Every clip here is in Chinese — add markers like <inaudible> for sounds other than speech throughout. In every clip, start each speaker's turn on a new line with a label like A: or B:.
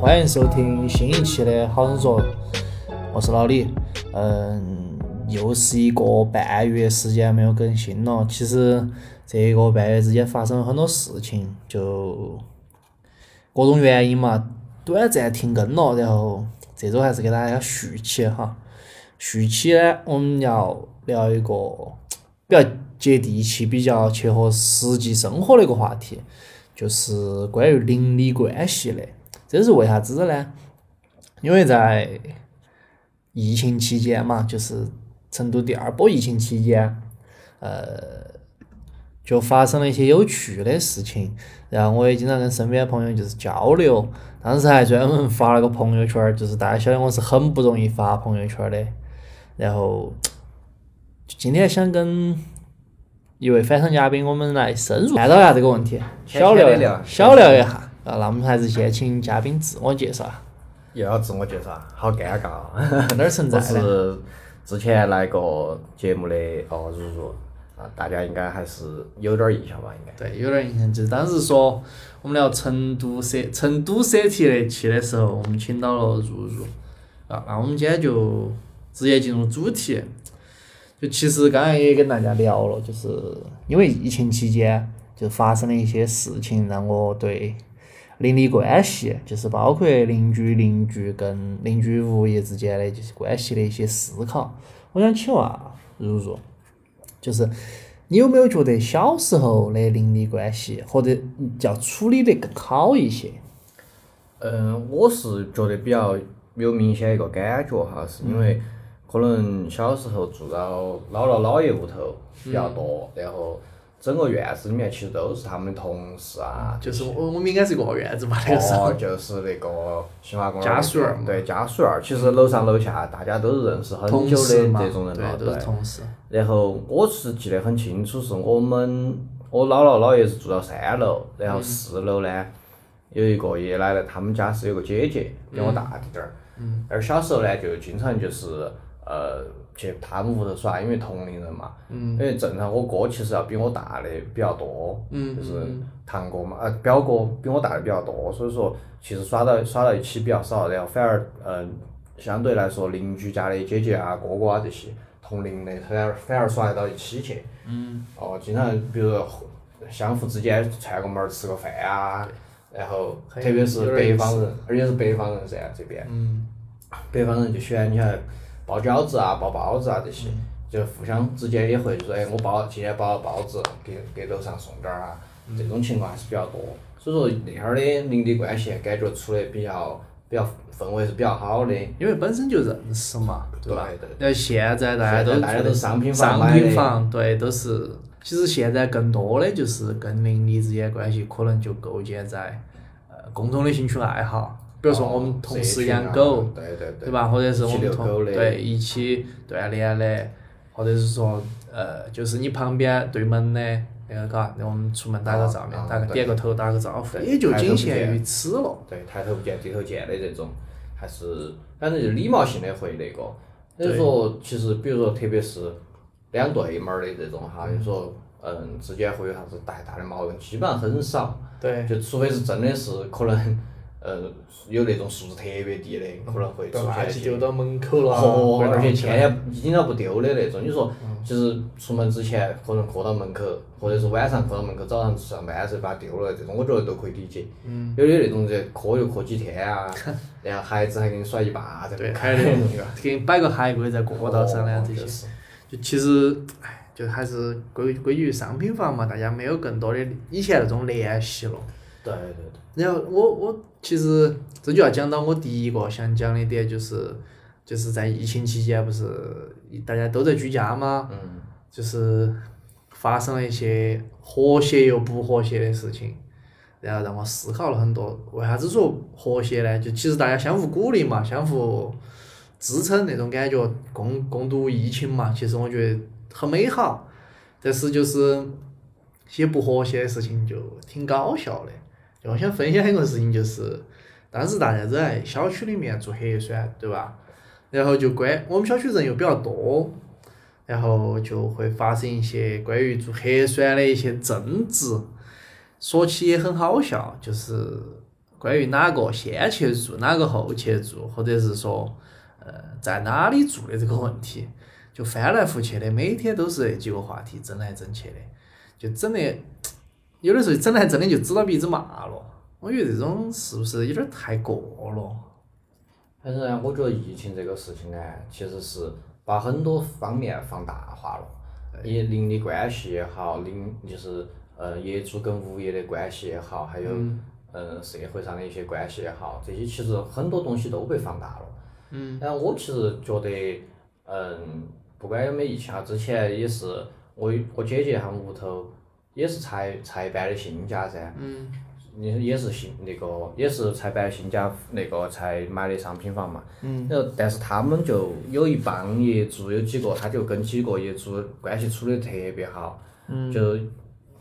A: 欢迎收听新一期的《好生说》，我是老李。嗯，又是一个半月时间没有更新了。其实这一个半月之间发生了很多事情，就各种原因嘛，短暂停更了。然后这周还是给大家续起哈。续期呢，我们要聊一个比较接地气、比较切合实际生活的一个话题，就是关于邻里关系的。这是为啥子呢？因为在疫情期间嘛，就是成都第二波疫情期间，呃，就发生了一些有趣的事情。然后我也经常跟身边朋友就是交流，当时还专门发了个朋友圈儿，就是大家晓得我是很不容易发朋友圈儿的。然后就今天想跟一位返场嘉宾，我们来深入探讨一下这个问题，
B: 浅
A: 小
B: 浅
A: 聊
B: 地
A: 一下
B: 聊
A: 小聊一下。啊，那我们还是先请嘉宾自我介绍。啊
B: 又要自我介绍，好尴尬啊！
A: <laughs> 哪儿存在
B: 我
A: 呢
B: 是之前来过节目的哦，如如啊，大家应该还是有点印象吧？应该
A: 对，有点印象，就是当时说我们聊成都社成都社题那期的时候，我们请到了如如，啊，那我们今天就直接进入主题，就其实刚才也跟大家聊了，就是因为疫情期间就发生了一些事情，让我对邻里关系，就是包括邻居、邻居跟邻居物业之间的就是关系的一些思考。我想请问啊如如，就是你有没有觉得小时候的邻里关系或者要处理得更好一些？
B: 嗯，我是觉得比较有明显一个感觉哈，是因为可能小时候住到姥姥姥爷屋头比较多，然后整个院子里面其实都是他们的同事啊，
A: 就是我我们应该是个院子嘛，那个时候。
B: 哦， <laughs> 就是那个新华公园
A: 家属院嘛
B: 对家属院，其实楼上楼下大家都是认识很
A: 同
B: 久
A: 事
B: 的
A: 嘛，
B: 这种人了，
A: 对，都是同事。
B: 然后我是记得很清楚，是我们我姥姥姥爷是住到三楼，然后四楼呢有一个爷奶奶，他们家是有个姐姐，比我大滴点儿。嗯。而小时候呢，就经常就是呃去他们屋头耍，因为同龄人嘛。嗯。因为正常我哥其实要比我大的比较多，
A: 嗯
B: 就是堂哥嘛，呃表哥比我大的比较多，所以说其实耍到耍到一起比较少，然后反而嗯、相对来说邻居家的姐姐啊哥哥啊这些同龄的反而反而耍得到一起去，嗯，哦，经常比如说相互之间串个门儿吃个饭啊，然后特
A: 很
B: 别是
A: 有点
B: 北
A: 意
B: 方人，而且是北方人噻这边，
A: 嗯，
B: 北方人就喜欢你看包饺子啊包包子啊这
A: 嗯
B: 些。就互相之间也会说，哎，我包今天包了包子，给给楼上送点儿啊，
A: 嗯
B: 这种情况还是比较多。所以说那会儿的邻里关系感觉处得比较比较氛围是比较好的。
A: 因为本身就认识嘛，
B: 对
A: 吧？
B: 对
A: 然后现在大家都
B: 现在大家都
A: 住的
B: 商品房
A: 商
B: 买
A: 品
B: 的
A: 房，对，都是。其实现在更多的就是跟邻里之间关系，可能就构建在呃共同的兴趣爱好，比如说我们同
B: 社
A: 时
B: 群啊
A: 养狗，
B: 对对对，
A: 对吧？或者是
B: 一起
A: 我们
B: 遛
A: 同
B: 狗的
A: 对一起锻炼的，或者是说呃，就是你旁边对门的那个嘎，那我们出门打个照面
B: 啊，啊
A: 打个
B: 对
A: 点个头，打个招呼，哎
B: 对
A: 也就
B: 抬头
A: 仅
B: 不
A: 限
B: 见
A: 于此了。
B: 对，抬头不见低头见的这种，还是反正就礼貌性的会那个。所以说，其实比如说，特别是两对门儿的这种哈，就说嗯之间会有啥子太大的矛盾，基本上很少。
A: 对，
B: 就除非是真的是可能，呃，有那种素质特别低的，可能会出现一些
A: 到门口
B: 哦，而且天天一点都不丢的那种。你说，就是出门之前可能搁到门口，或者是晚上搁到门口，早上上班的时候把它丢了，这种我觉得都可以理解。嗯。有的那种就磕就磕几天啊，然后孩子还给你耍一巴掌，
A: 对，还
B: 开
A: 有
B: 的
A: 那种给你摆个海龟在过道上
B: 呢
A: 呢，这些。
B: 些。
A: 就其实，哎，就还是归归于商品房嘛，大家没有更多的以前那种联系了。
B: 对对对。
A: 然后我我其实这就要讲到我第一个想讲的点，就是就是在疫情期间不是大家都在居家吗？
B: 嗯。
A: 就是发生了一些和谐又不和谐的事情，然后让我思考了很多。为啥子说和谐呢？就其实大家相互鼓励嘛，相互支撑那种感觉，共共度疫情嘛，其实我觉得很美好。但是就是一些不和谐的事情就挺搞笑的。就我想分享一个事情，就是当时大家都在小区里面做核酸，对吧？然后就关我们小区人又比较多，然后就会发生一些关于做核酸的一些争执。说起也很好笑，就是关于哪个先去做，哪个后去做，或者是说，呃，在哪里做的这个问题，就翻来覆去的，每天都是那几个话题争来争去的，就整的，有的时候整来真的就指到鼻子骂了。我觉得这种是不是有点太过了？
B: 但是呢，我觉得疫情这个事情呢，其实是把很多方面放大化了，你邻里关系也好，邻就是呃业主跟物业的关系也好，还有嗯、呃社会上的一些关系也好，这些其实很多东西都被放大了。嗯。但我其实觉得，嗯，不管有没有疫情啊，之前也是我我姐姐他们屋头也是才才搬的新家噻。嗯。也也是新那个也是才搬新家那个才买的商品房嘛，嗯，然后但是他们就有一帮业主有几个，他就跟几个业主关系处的特别好，嗯，就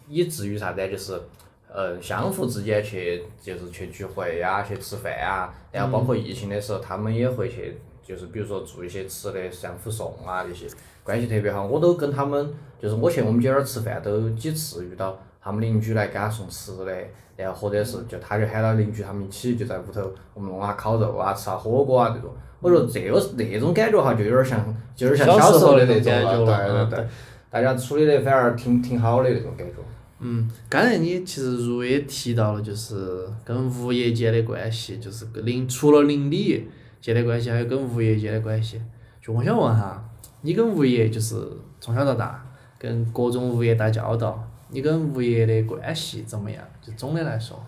B: 以至于啥子呢？就是呃相互之间去就是去聚会呀、去吃饭啊，然后包
C: 嗯
B: 括疫情的时候，他们也会去就是比如说做一些吃的相互送啊这些，关系特别好。我都跟他们就是我去我们姐那儿吃饭都几次遇到。他们邻居来给他送吃的，然后或者是就他就喊到邻居他们一起就在屋头我们弄下烤肉啊，吃下火锅啊这种。我觉得这个那种感觉哈，就有点像，就有点像
C: 小
B: 小
C: 时
B: 时
C: 候
B: 候
C: 的
B: 的
C: 那
B: 那
C: 种
B: 种
C: 感觉
B: 了。
C: 嗯
B: 对对对，大家处理的反而挺挺好的那种感觉。
A: 嗯，刚才你其实如也提到了，就是跟物业间的关系，就是跟邻除了邻里间的关系，还有跟物业间的关系。就我想问哈，你跟物业就是从小到大跟各种物业打交道，你跟物业的关系怎么样？就总的来说，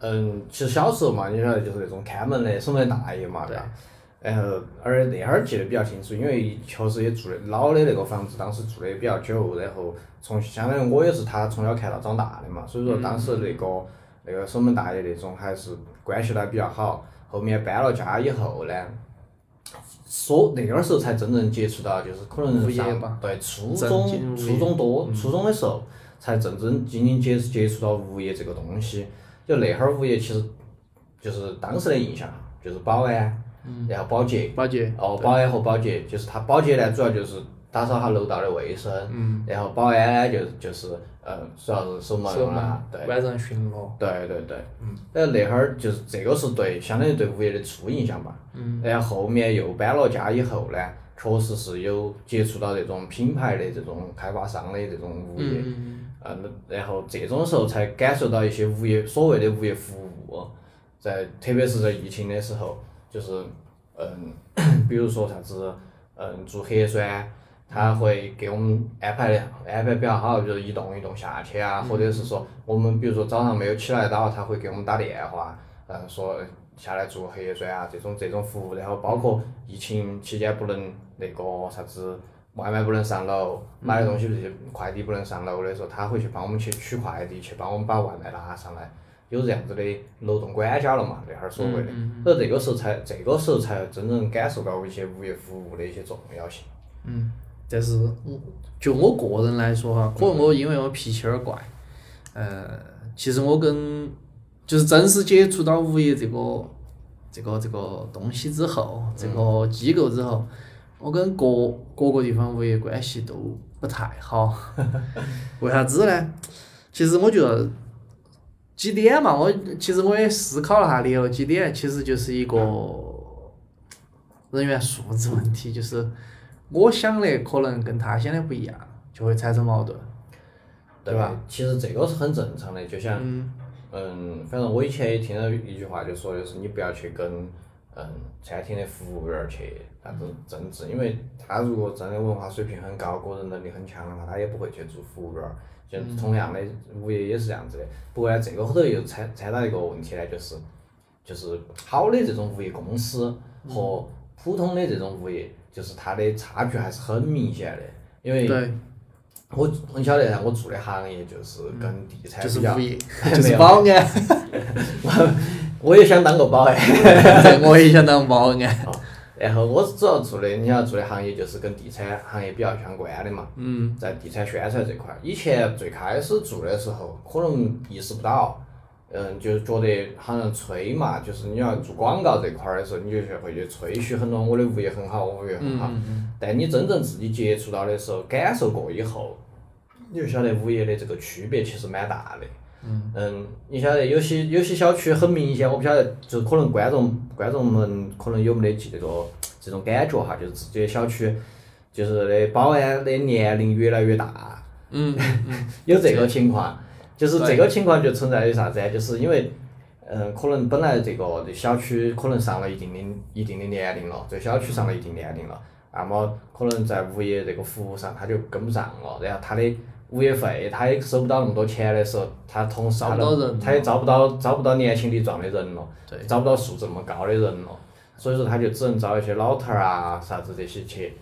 B: 嗯，其实小时候嘛，你晓得就是那种看门的守门大爷嘛，对吧？然后，而那会儿记得比较清楚，因为确实也住的老的那个房子，当时住的比较久，然后从相当于我也是他从小看到长大的嘛，所以
A: 嗯
B: 说当时那个、那个守门大爷那种还是关系来比较好。后面搬了家以后呢，说那个时候才真正接触到，就是可能
A: 物业
B: 上
A: 吧
B: 对初
A: 正经
B: 中
A: 物
B: 初
A: 业
B: 中多初中的时候才真正经经接接触到物业这个东西。就那会儿物业其实就是当时的印象就是保安，然后保洁，
A: 保洁
B: 哦，保安和保洁就是他保洁呢，主要就是打扫下楼道的卫生，然后保安呢就就是呃主要是守门
A: 守
B: 啦，对
A: 门，晚上巡逻，
B: 对对对，嗯，但那会儿就是这个是对相当于对物业的初印象吧，嗯，然后后面又搬了家以后呢，确实是有接触到这种品牌的这种开发商的这种物业，啊，那然后这种时候才感受到一些物业所谓的物业服务，在特别是在疫情的时候，就是嗯， <coughs> 比如说啥子嗯做核酸。他会给我们安排的安排比较好，就是一栋一栋下去啊，或者是说我们比如说早上没有起来到，他会给我们打电话，嗯，说呃下来做核酸啊这种这种服务，然后包括疫情期间不能那个啥子外卖不能上楼，买的东西这些快递不能上楼的时候，他会去帮我们去取快递，去帮我们把外卖拿上来。有这样子的楼栋管家了嘛？那会儿所谓的，所以这个时候才，这个时候才真正感受到一些物业服务的一些重要性。
A: 但是我就我个人来说哈，可能我因为我脾气有点怪，呃，其实我跟就是真是接触到物业这个这个这个东西之后，这个机构之后，我跟各各个地方物业关系都不太好，为啥子呢？其实我觉得几点嘛，我其实我也思考了下，列了几点，其实就是一个人员素质问题，就是我想的可能跟他想的不一样，就会产生矛盾。
B: 对吧？其实这个是很正常的，就像，嗯反正我以前也听到一句话，就说的是你不要去跟嗯餐厅的服务员儿去啥子争执，因为他如果真的文化水平很高，个人能力很强的话，他也不会去做服务员儿。就同样的，物业也是这样子的。不过呢，这个后头又掺掺到一个问题呢，就是就是好的这种物业公司和普通的这种物业，就是它的差距还是很明显的，因为。
A: 对，
B: 我很晓得噻，啊我做的行业就是跟地
A: 嗯
B: 产
A: 就是
B: 比
A: 物， <laughs>
B: 较
A: 业，
B: 没有
A: 就是保安。
B: 我也想当个保安。
A: 对，我也想当保安。
B: 然后我主要做的，你要做的行业就是跟地产行业比较相关的嘛。嗯。在地产宣传这块儿，以前最开始做的时候，可能意识不到，嗯，就是觉得好像吹嘛，就是你要做广告这块儿的时候，你就学会去吹嘘很多我的物业很好，我物业很
A: 嗯
B: 好。但你真正自己接触到的时候，感受过以后，你就晓得物业的这个区别其实蛮大的。嗯你晓得有些有些小区很明显，我不晓得，就可能观众观众们可能有没得这个这种感觉哈，就是自己的小区就是的保安的年龄越来越大，
A: 嗯，
B: <laughs> 有这个情况，就是这个情况就存在于啥子啊？就是因为，嗯，可能本来这个小区可能上了一定的一定的年龄了，这个小区上了一定年龄了，那么可能在物业这个服务上他就跟不上了，然后他的物业费他也收不到那么多钱的时候，他同时他
A: 招不到
B: 的
A: 人
B: 他也招不到招不到年轻力壮的人了，
A: 对
B: 招不到素质那么高的人了，所以说他就只能招一些老头儿啊啥子这些去，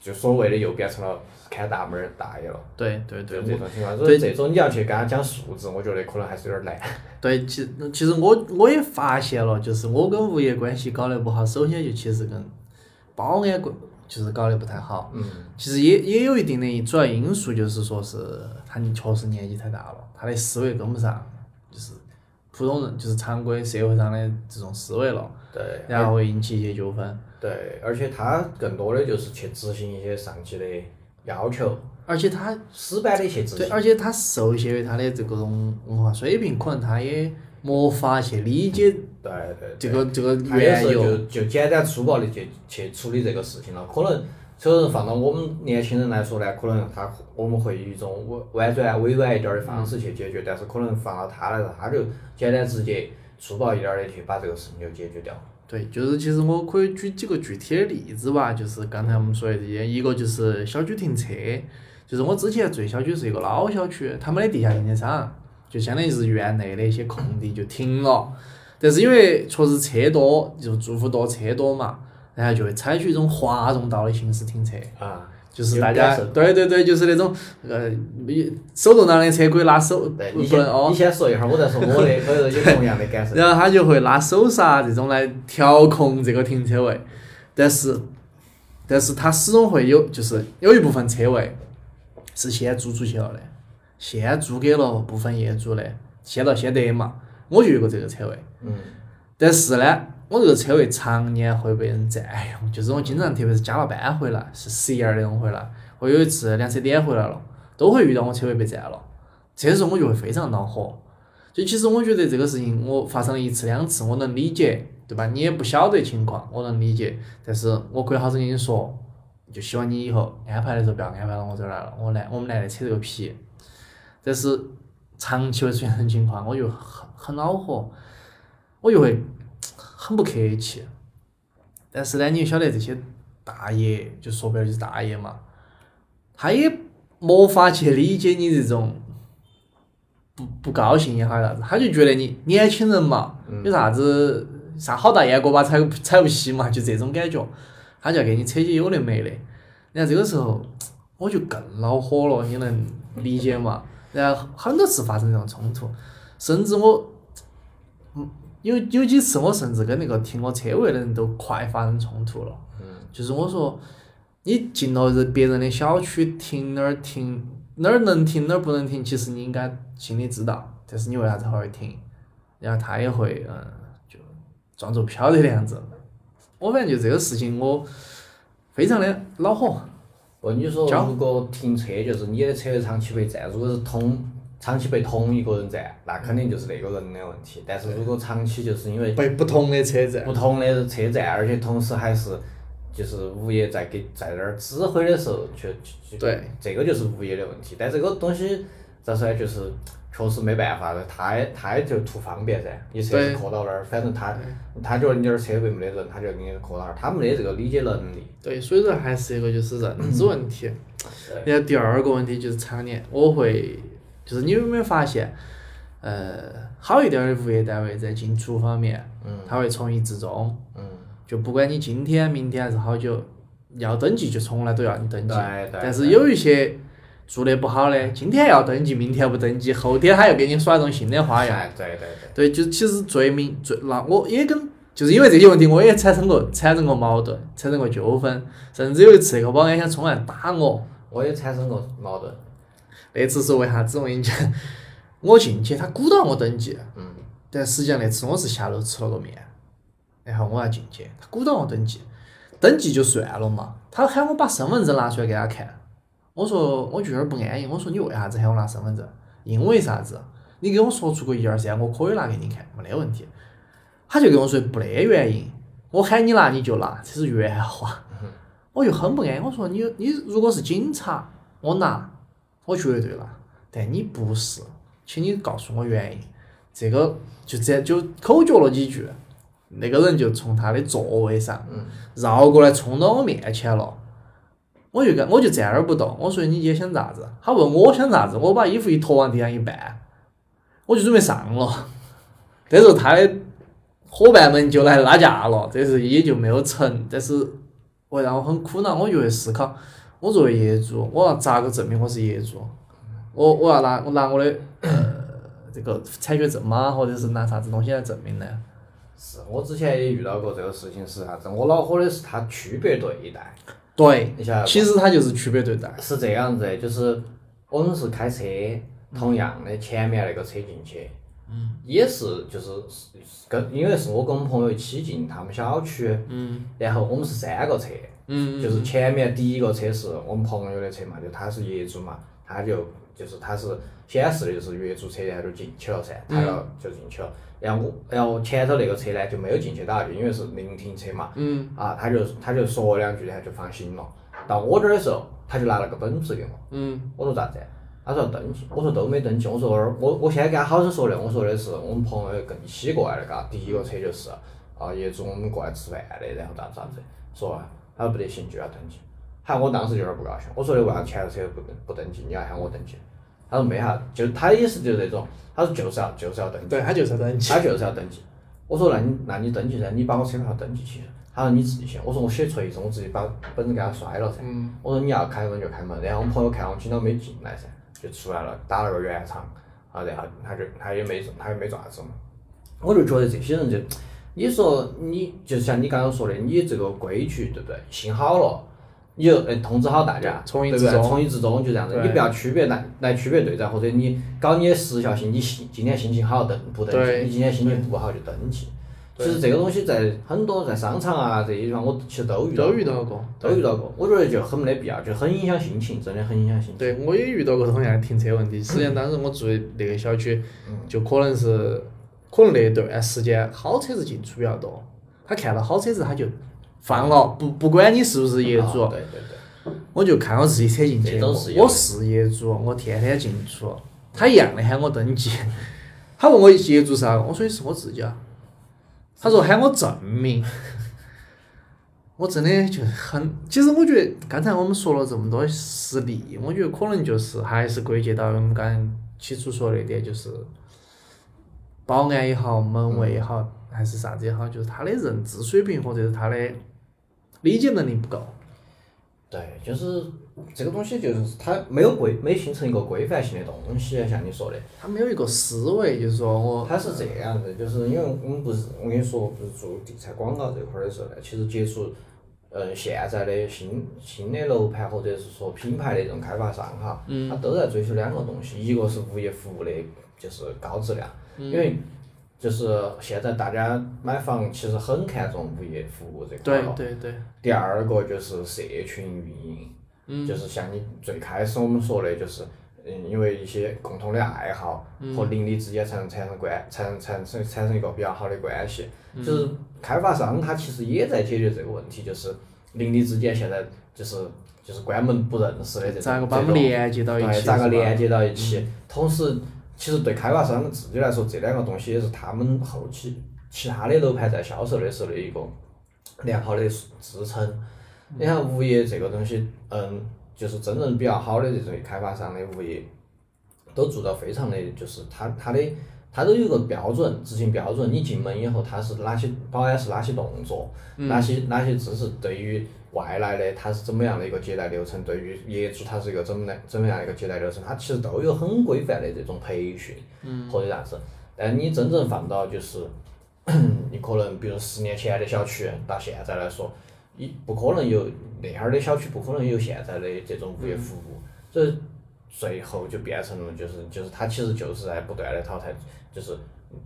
B: 就所谓的又变成了看大妹儿大爷了。
A: 对对对，
B: 对
A: 我
B: 这种情况，所
A: 对
B: 以这种你要去跟他讲素质，我觉得可能还是有点难。
A: 对，其其实我我也发现了，就是我跟物业关系搞得不好，首先就其实跟保安关就是搞得不太好。
B: 嗯。
A: 其实也也有一定的主要因素，就是说是他确实年纪太大了，他的思维跟不上，就是普通人就是常规社会上的这种思维了，
B: 对，
A: 然后会引起一些纠纷。
B: 对，而且他更多的就是去执行一些上级的要求，
A: 而且他
B: 死板的去执
A: 对，
B: 行。
A: 而且他受限于他的这个种文化水平，可能他也没法去理解
B: 对对对。
A: 这个这个
B: 他也
A: 缘
B: 是
A: 由。
B: 就就简单粗暴的去去处理这个事情了。可能所以说放到我们年轻人来说呢，可能他我们会以一种婉婉转、委婉一点儿的方式去解决，但是可能放到他来说，他就简单直接、粗暴一点儿的去把这个事情就解决掉了。
A: 对，就是其实我可以举几个具体的例子吧，就是刚才我们说的这些，一个就是小区停车，就是我之前住的小区是一个老小区，他们的地下停车场就相当于是园内的一些空地就停了，但是因为确实车多，就住户多车多嘛，然后就会采取一种滑动道的形式停车。
B: 啊，
A: 就是
B: 有
A: 大
B: 点
A: 家
B: 手动
A: 对对对，就是那种呃，手动挡的车可以拿手，
B: 对，
A: 不
B: 你
A: 不
B: 先
A: 能哦
B: 你，先说一下，我再说我的，我有有同样的感
A: <laughs>
B: 受。
A: 然后他就会拿手刹这种来调控这个停车位，但是，但是他始终会有，就是有一部分车位是先租出去了的，先租给了部分业主的，先到先得嘛。我就有个这个车位，
B: 嗯，
A: 但是呢，我这个车位常年会被人占用，就是我经常，特别是加了班回来，是十一二点钟回来，我有一次两三点回来了，都会遇到我车位被占了，这时候我就会非常恼火。就其实我觉得这个事情，我发生了一次两次，我能理解，对吧？你也不晓得情况，我能理解，但是我可以好生跟你说，就希望你以后安排的时候不要安排到我这儿来了，我来我们来得扯这个皮。但是长期会出现这种情况，我就很很恼火，我就会很不客气。但是呢，你又晓得这些大爷，就说白了就是大爷嘛，他也没法去理解你这种不不高兴也好啥子，他就觉得你年轻人嘛，有啥子啥好大烟锅巴踩踩不起嘛，就这种感觉，他就要给你扯些有的没的。然后这个时候我就更恼火了，你能理解嘛？然后很多次发生这种冲突，甚至我有有几次我甚至跟那个停我车位的人都快发生冲突了。就是我说，你进了人别人的小区停哪儿停哪儿能停哪儿不能停，其实你应该心里知道，但是你为啥子还会停？然后他也会嗯，就装作不晓得的样子。我反正就这个事情，我非常的恼火。
B: 不，你说
A: 交
B: 如果停车就是你的车长期被占，如果是同长期被同一个人占，那肯定就是那个人的问题。但是如果长期就是因为
A: 被不同的车站
B: 不同的车站，而且同时还是就是物业在给在那儿指挥的时候，去去
A: 对，
B: 这个就是物业的问题。但这个东西咋说呢？就是确实没办法的，他也他也就图方便噻，你车
A: 对
B: 子扩到那儿，反正他他觉得你这儿车位没得人，他就给你扩到那儿，他没得这个理解能力。
A: 对，所以说还是一个就是
B: 嗯
A: 认知问题。然后第二个问题就是常年我会，就是你有没有发现，呃，好一点的物业单位在进出方面，
B: 嗯
A: 他会从一至终，
B: 嗯，
A: 就不管你今天、明天还是好久，要登记就从来都要你登记。
B: 对对
A: 但是有一些做得不好的，今天要登记，明天不登记，后天他又给你耍一种新的花样。
B: 哎，对对对，
A: 对，就其实最明最那我也跟就是因为这些问题，我也产生过产生过矛盾，产生过纠纷，甚至有一次那个保安想冲来打我，
B: 我也产生过矛盾。
A: 那次是为啥子？我跟你讲，我进去他鼓捣我登记，
B: 嗯
A: 但实际上那次我是下楼吃了个面，然后我要进去，他鼓捣我登记，登记就算了嘛，他喊我把身份证拿出来给他看，我说我就有点不安逸，我说你为啥子喊我拿身份证？因为啥子？你给我说出个一二三，我可以拿给你看，没得问题。他就跟我说不得原因，我喊你拿你就拿，这是原话。我就很不安，我说你你如果是警察，我拿，我绝对拿，但你不是，请你告诉我原因。这个就这就口角了几句，那个人就从他的座位上绕过来冲到我面前了。我就跟我就站那儿不动，我说你今天想咋子？他问我想咋子，我把衣服一脱往地上一绊，我就准备上了。这时候他的伙伴们就来拉架了，这是也就没有成。但是我让我很苦恼，我就会思考，我作为业主，我要咋个证明我是业主？我我要拿我拿我的呃这个产学证吗？或者是拿啥子东西来证明呢？
B: 是我之前也遇到过这个事情是啥子？我恼火的是他区别对待，
A: 对
B: 你晓得，不
A: 其实他就是区别对待。
B: 是这样子的，就是我们是开车，同样的前面那个车进去，嗯，也是就是跟因为是我跟我朋友一起进他们小区，嗯，然后我们是三个车，
A: 嗯，
B: 就是前面第一个车是我们朋友的车嘛，就他是业主嘛，他就就是他是显示的就是业主车，然后就进去了
A: 嗯
B: 噻，他要就进去了。然后我，然后前头那个车呢就没有进去打，因为是临停车嘛。
A: 嗯。
B: 啊，他就他就说两句，然后就放心了。到我这儿的时候，他就拿了个本子给我，
A: 嗯
B: 我说咋子？他说登记，我说都没登记。我说我我先给他好生说的，我说的是我们朋友跟一起过来的，嘎，第一个车就是啊，业主我们过来吃饭的，然后咋子咋子，说完他说不得行，就要登记。喊我当时就有点不高兴，我说的为啥前头车不登不登记？你要喊我登记？他说没啥，就是他的意思就是这种，他说就是要就是要登记，
A: 对他就是登记
B: 他。就是要登记。我说那你那你登记噻，你把我车票登记起。他说你自己写，我说我写锤子，我自己把本子给他摔了噻。
A: 嗯
B: 我说你要开门就开门，然后我朋友看我紧张没进来噻，就出来了，打了个圆场，啊，然后他就他也没他也没爪子嘛。我就觉得这些人就，你说你就像你刚刚说的，你这个规矩对不对？行好了，你就哎通知好大家，
A: 从一
B: 对
A: 至
B: 不对？
A: 终
B: 从一至终就这样子，
A: 对
B: 你不要区别来来区别对待，或者你搞你的时效性，你心今天心情好登不登
A: 对
B: 记？你今天心情不好就登记。其实这个东西在很多在商场啊这些地方，我其实都遇到
A: 都
B: 过
A: 遇到过，
B: 都遇到过，我觉得就很没得必要，就很影响心情，真的很影响心情。
A: 对，我也遇到过同样的停车问题。实际上，当时我住的那个小区，就可能是可能那段哎时间好车子进出比较多，他看到好车子他就放了，不不管你是不是业主
B: 啊，对对对，
A: 我就看我自己车进去
B: 这，
A: 我
B: 都是有的
A: 我是业主，我天天进出，他一样的喊我登记，他问我业主啥，我说是我自己啊，他说喊我证明， <laughs> 我真的就很，其实我觉得刚才我们说了这么多实例，我觉得可能就是还是归结到我们刚才起初说的一点，就是保安也好，门卫也好，还是啥子也好，就是他的认知水平或者是他的理解能力不够。
B: 对，就是这个东西，就是它没有规，没形成一个规范性的东西，啊像你说的，
A: 他没有一个思维，就是说我，
B: 它是这样的，就是因为我们不是，我跟你说，不是做地产广告这块儿的时候呢，其实接触，呃，现在的新新的楼盘或者是说品牌的这种开发商哈，它都在追求两个东西，一个是物业服务的，就是高质量，因为就是现在大家买房其实很看重物业服务这块
A: 对
B: 儿了。
A: 对对，
B: 第二个就是社群运营，
A: 嗯
B: 就是像你最开始我们说的，就是嗯，因为一些共同的爱好
A: 嗯
B: 和邻里之间才能产生关，才能产生产生一个比较好的关系。
A: 嗯
B: 就是开发商他其实也在解决这个问题，就是邻里之间现在就是就是关门不认识的这种，
A: 咋个把
B: 这
A: 我们
B: 种
A: 连接到一
B: 对，
A: 起？
B: 咋个
A: 是吧嗯
B: 连？接到一起？同时，其实对开发商自己来说，这两个东西也是他们后期其他的楼盘在销售的时候的一个良好的支撑。你看物业这个东西，嗯，就是真正比较好的这种开发商的物业，都做到非常的，就是他他的他都有一个标准，执行标准。你进门以后，他是哪些保安是哪些动作，哪些哪些知识对于外来的他是怎么样的一个接待流程，对于业主他是一个怎么的怎么样的一个接待流程，他其实都有很规范的这种培训，或者啥子。但你真正放到就是， <coughs> 你可能比如十年前的小区到现在来说，你不可能有那哈儿的小区不可能有现在的这种物业服务，这最后就变成了就是就是它其实就是在不断的淘汰，就是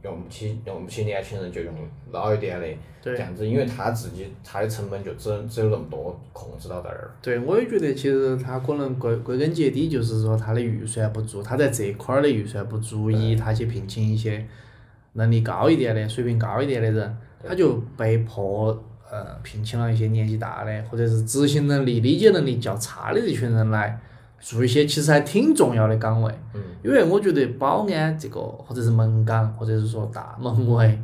B: 用不起用不起年轻人就用老一点的，
A: 对
B: 这样子，因为他自己他的成本就只能只有那么多，控制到这儿。
A: 对，我也觉得其实他可能归归根结底就是说他的预算不足，他在这一块儿的预算不足以他去聘请一些能力高一点的、水平高一点的人，他就被迫呃聘请了一些年纪大的或者是执行能力、理解能力较差的这群人来做一些其实还挺重要的岗位。
B: 嗯，
A: 因为我觉得保安这个或者是门岗或者是说大门卫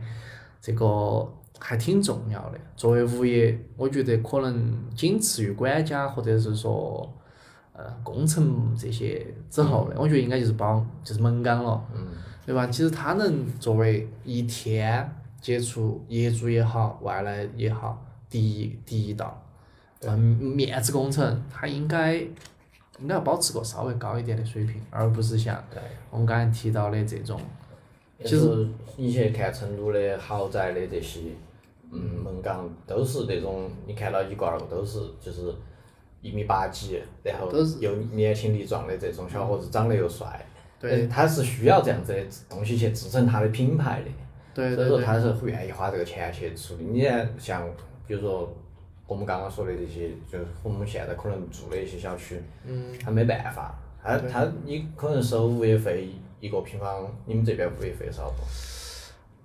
A: 这个还挺重要的。作为物业，我觉得可能仅次于管家或者是说呃工程这些之后的，我觉得应该就是保就是门岗了，
B: 嗯，
A: 对吧？其实他能作为一天接触业主也好，外来也好，第一第一道，嗯，面子工程，他应该应该要保持个稍微高一点的水平，而不是像
B: 对。
A: 我们刚才提到的这种，
B: 其实以前看成都的豪宅的这些，嗯，门岗都是那种，你看到一个二个都是就是一米八几，然后
A: 都是
B: 又年轻力壮的这种小伙子，长得又帅。
A: 对
B: 呃他是需要这样子的东西去支撑他的品牌的，
A: 对
B: 所
A: 对
B: 以说
A: 对，
B: 他是愿意花这个钱去处理。你看，像比如说我们刚刚说的这些，就是我们现在可能住的一些小区，
A: 嗯，
B: 他没办法，他他你可能收物业费一个平方，你们这边物业费少不？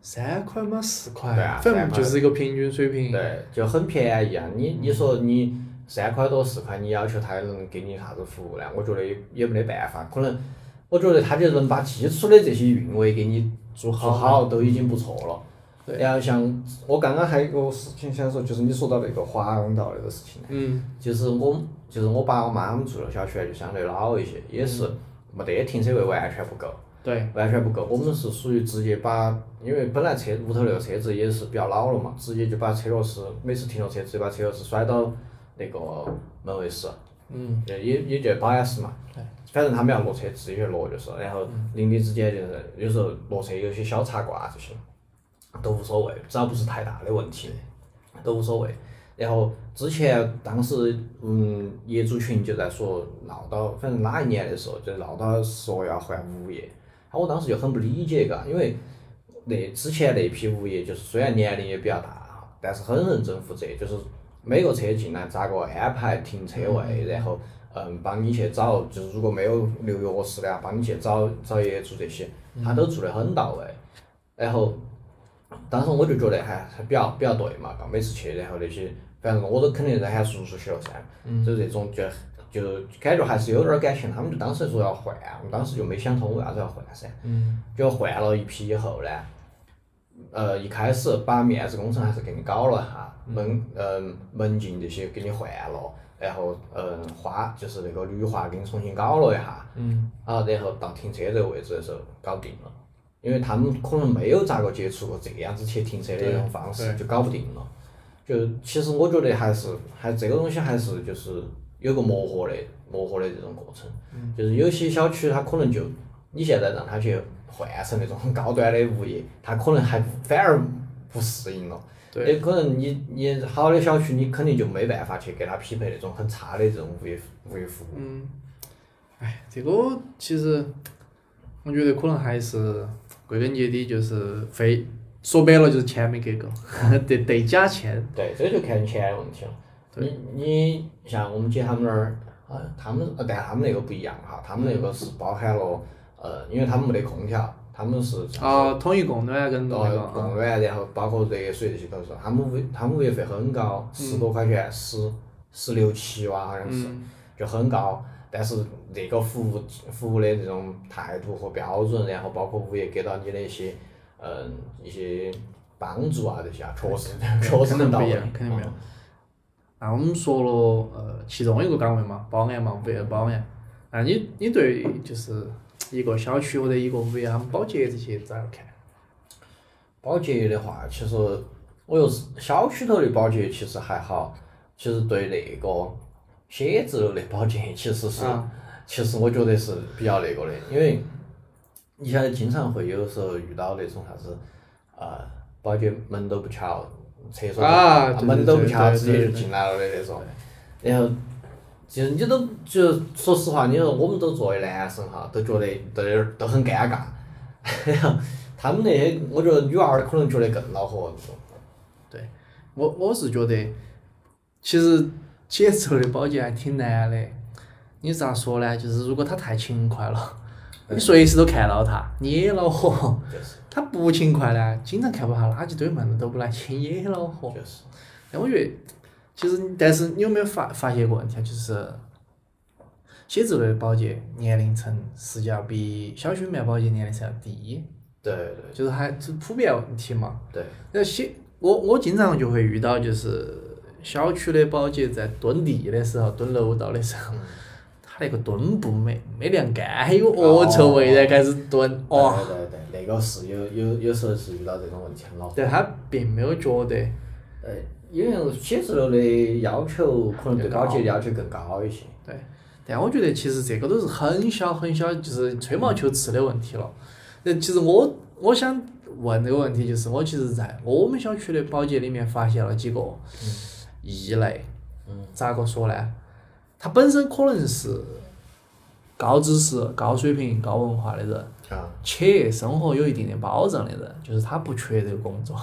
A: 三块嘛，四块，
B: 对啊
A: 反
B: 三
A: 正
B: 块
A: 就是一个平均水平。
B: 对，就很便宜啊！你你说你三块多四块，你要求他能给你啥子服务呢？我觉得也也没得办法，可能我觉得他就能把基础的这些韵味给你做好好，都已经不错了。
A: 对
B: 然后像我刚刚还有一个事情想说，就是你说到那个华阳道那个事情，
A: 嗯，
B: 就是我就是我爸我妈他们住的小区啊就相对老一些，也是没得停车位，完全不够。
A: 对
B: 完全不够。我们是属于直接把，因为本来车屋头那个车子也是比较老了嘛，直接就把车钥匙，每次停了车直接把车钥匙甩到那个门卫室，
A: 嗯，
B: 也也也就保安室嘛。反正他们要落车，直接去落就是，然后
A: 嗯
B: 邻里之间就是有时候落车有些小八卦这些，都无所谓，只要不是太大的问题，都无所谓。然后之前当时，嗯，业主群就在说闹到，反正哪一年的时候就闹到说要换物业，啊，我当时就很不理解嘎，因为那之前那批物业就是虽然年龄也比较大，但是很认真负责，就是每个车进来咋个安排停车位，然后嗯帮你去找，就是如果没有留钥匙的啊，帮你去找找业主这些，他都做得很到位。然后当时我就觉得还还比较比较对嘛，嘎每次去然后那些，反正我都肯定在喊叔叔去了噻，就这种就就感觉还是有点儿感情。他们就当时说要换，啊我当时就没想通为啥子要换噻。
A: 嗯。
B: 就换了一批以后呢，呃，一开始把面子工程还是给你搞了哈，门嗯门禁这些给你换了，然后嗯花就是那个绿化给你重新搞了一下，
A: 嗯，
B: 啊，然后到停车这个位置的时候搞定了，因为他们可能没有咋个接触过这样子去停车的一种方式，
A: 对
B: 就搞不定了。就其实我觉得还是还这个东西还是就是有个磨合的磨合的这种过程，
A: 嗯
B: 就是有些小区它可能就你现在让它去换成那种 <laughs> 很高端的物业，它可能还反而不适应了。
A: 对
B: 也可能你你好的小区，你肯定就没办法去给它匹配那种很差的这种物业物业服务。
A: 嗯，哎，这个其实我觉得可能还是归根结底就是非说白了就是钱没给够， <laughs> 得得加钱。
B: 对，这就看钱的问题了。你你像我们姐他们那儿，呃，他们呃但他们那个不一样哈，他们那个是包含了呃，因为他们没得空调，他们是
A: 啊，统一供暖跟那个
B: 呃
A: 啊
B: 供暖，然后包括热水这些都是，他们物他们物业费很高，十
A: 嗯
B: 多块钱，十十六七哇，好像是，就很高。但是这个服务服务的这种态度和标准，然后包括物业给到你的一些嗯一些帮助啊这些啊，确实确实
A: 肯定
B: 很到
A: 不一
B: 位
A: 样，，肯定不一
B: 嗯
A: 样。那我们说了，呃，其中一个岗位嘛，保安嘛，物业保安。那你你对就是一个小区或者一个物业他们保洁这些咋个看？
B: 保洁的话，其实我又是小区头的保洁，其实还好。其实对那个写字楼的保洁，其实是，
A: 啊
B: 其实我觉得是比较那个的，因为你晓得经常会有时候遇到那种啥子，呃，保洁门都不敲，厕所都
A: 啊对对
B: 门都不
A: 对
B: 敲，
A: 对
B: 直接
A: 对
B: 就
A: 对
B: 进来了的那种。然后，其实你都就说实话，你说我们都作为男生哈，都觉得都有点儿都很尴尬。然后他们那些，我觉得女娃儿可能觉得更恼火。
A: 我我是觉得，其实节奏的保洁还挺难的。你咋说呢？就是如果他太勤快了， <laughs> 你随时都看到他，你也恼火； <laughs>
B: 就是
A: 他不勤快呢，经常看不下垃圾堆，门都不来清，也恼火。
B: 就是，
A: 但我觉得，其实你但是你有没有发发现一个问题啊？就是写字楼的保洁年龄层实际上比小区里面保洁年龄层要低，
B: 对对
A: 就是还是普遍问题嘛。
B: 对，
A: 那写我我经常就会遇到，就是小区的保洁在蹲地的时候、蹲楼道的时候，他那个墩布没没晾干，还有恶臭味，然后开始蹲，哦，
B: 对对对，那个是有有有时候是遇到这种问题很恼火。
A: 但他并没有觉得，
B: 呃，因为写字楼的要求可能对保洁的要求更高一些。
A: 对，但我觉得其实这个都是很小很小，就是吹毛求疵的问题了。那其实我我想问这个问题，就是我其实在我们小区的保洁里面发现了几个异类。咋个说呢？他本身可能是高知识、高水平、高文化的人，
B: 啊，
A: 且生活有一定的保障的人，就是他不缺这个工作，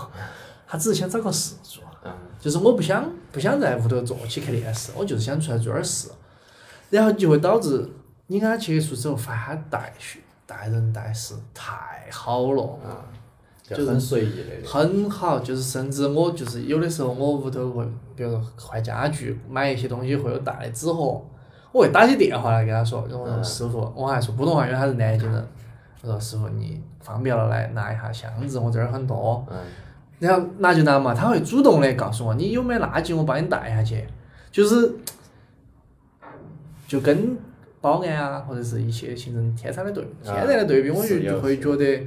A: 他只是想找个事做。
B: 嗯，
A: 就是我不想不想在屋头坐起看电视，我就是想出来做点事，然后就会导致你跟他接触之后，发现他待续待人待事太好了，
B: 就很随意的。
A: 很好，就是甚至我就是有的时候我屋头会，比如说换家具，买一些东西会有大的纸盒，我会打起电话来跟他说，然后我说
B: 嗯
A: 师傅，我还说普通话，因为他是南京人，我说师傅你方便了来拿一下箱子，我这儿很多，
B: 嗯，
A: 然后拿就拿嘛，他会主动的告诉我你有没有垃圾，我帮你带下去，就是就跟保安啊或者是一些行政天差的对天然的对比，
B: 啊
A: 我就是
B: 有
A: 就会觉得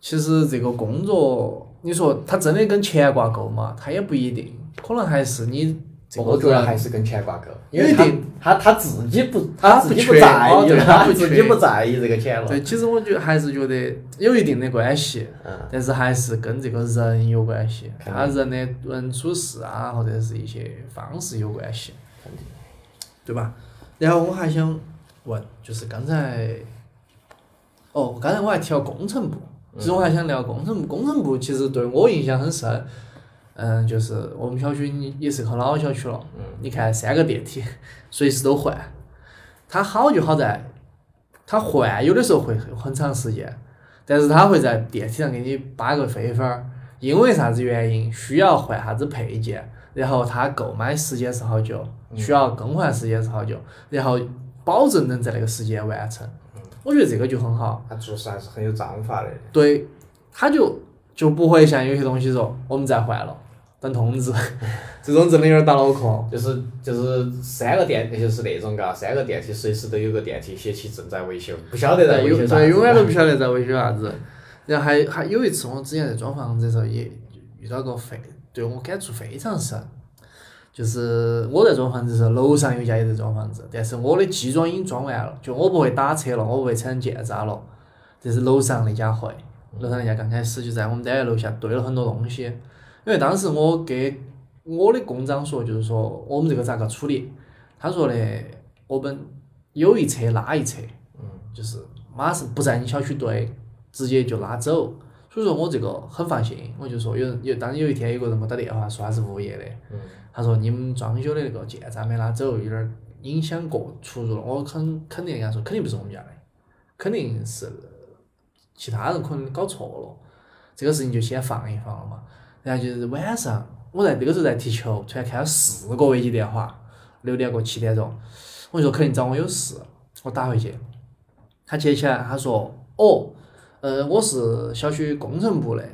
A: 其实这个工作，你说他真的跟钱挂钩嘛？他也不一定，可能还是你这个
B: 我觉得
A: 人
B: 还是跟钱挂钩，因
A: 因
B: 为
A: 为
B: 他
A: 他
B: 他他自己不
A: 他
B: 自己
A: 不
B: 不
A: 缺
B: 在
A: 哦
B: 意
A: 对
B: 了，
A: 他
B: <laughs>
A: 不
B: 自己
A: 缺
B: 不在意这个钱了。
A: 对，其实我觉得还是觉得有一定的关系，
B: 嗯，
A: 但是还是跟这个人有关系，
B: 肯定
A: 他人的人处事啊，或者是一些方式有关系，对吧？然后我还想问，就是刚才，哦，刚才我还提到工程部，
B: 嗯
A: 其实我还想聊工程部。工程部其实对我印象很深，嗯，就是我们小区也也是很老小区了，
B: 嗯
A: 你看三个电梯，随时都换。它好就好在，它换有的时候会很很长时间，但是它会在电梯上给你扒个飞分儿，因为啥子原因需要换啥子配件，然后它购买时间是好久，需要更换时间是好久，然后保证能在那个时间完成。我觉得这个就很好，
B: 他做事还是很有章法的。
A: 对，它就就不会像有些东西说我们再换了，等通知，这种真的有点打脑壳。
B: 就是就是三个电，就是那种嘎，三个电梯随时都有个电梯写起正在维修，不晓得在维
A: 对，
B: 修啥
A: 对，
B: 子。
A: 永远都不晓得在维修啥子。然后还还有一次，我之前在装房子的时候也遇到过非对我感触非常深，就是我在装房子的时候，楼上有一家也在装房子，但是我的基装已经装完了，就我不会打车了，我不会产生建渣了，但是楼上那家会，楼上那家刚开始就在我们单元楼下堆了很多东西，因为当时我给我的工长说，就是说我们这个咋个处理，他说的我们有一车拉一车。就是马上不在你小区堆，直接就拉走。所以说我这个很放心，我就说有人有，当然有一天有个人给我打电话说他是物业的，
B: 嗯
A: 他说你们装修的那个建材没拉走，有点儿影响过出入了。我肯肯定跟他说，肯定不是我们家的，肯定是其他人可能搞错了，这个事情就先放一放了嘛。然后就是晚上，我在那个时候在踢球，突然看到四个未接电话，六点过七点钟，我就说肯定找我有事，我打回去，他接起来，他说：“哦，呃，我是小区工程部的，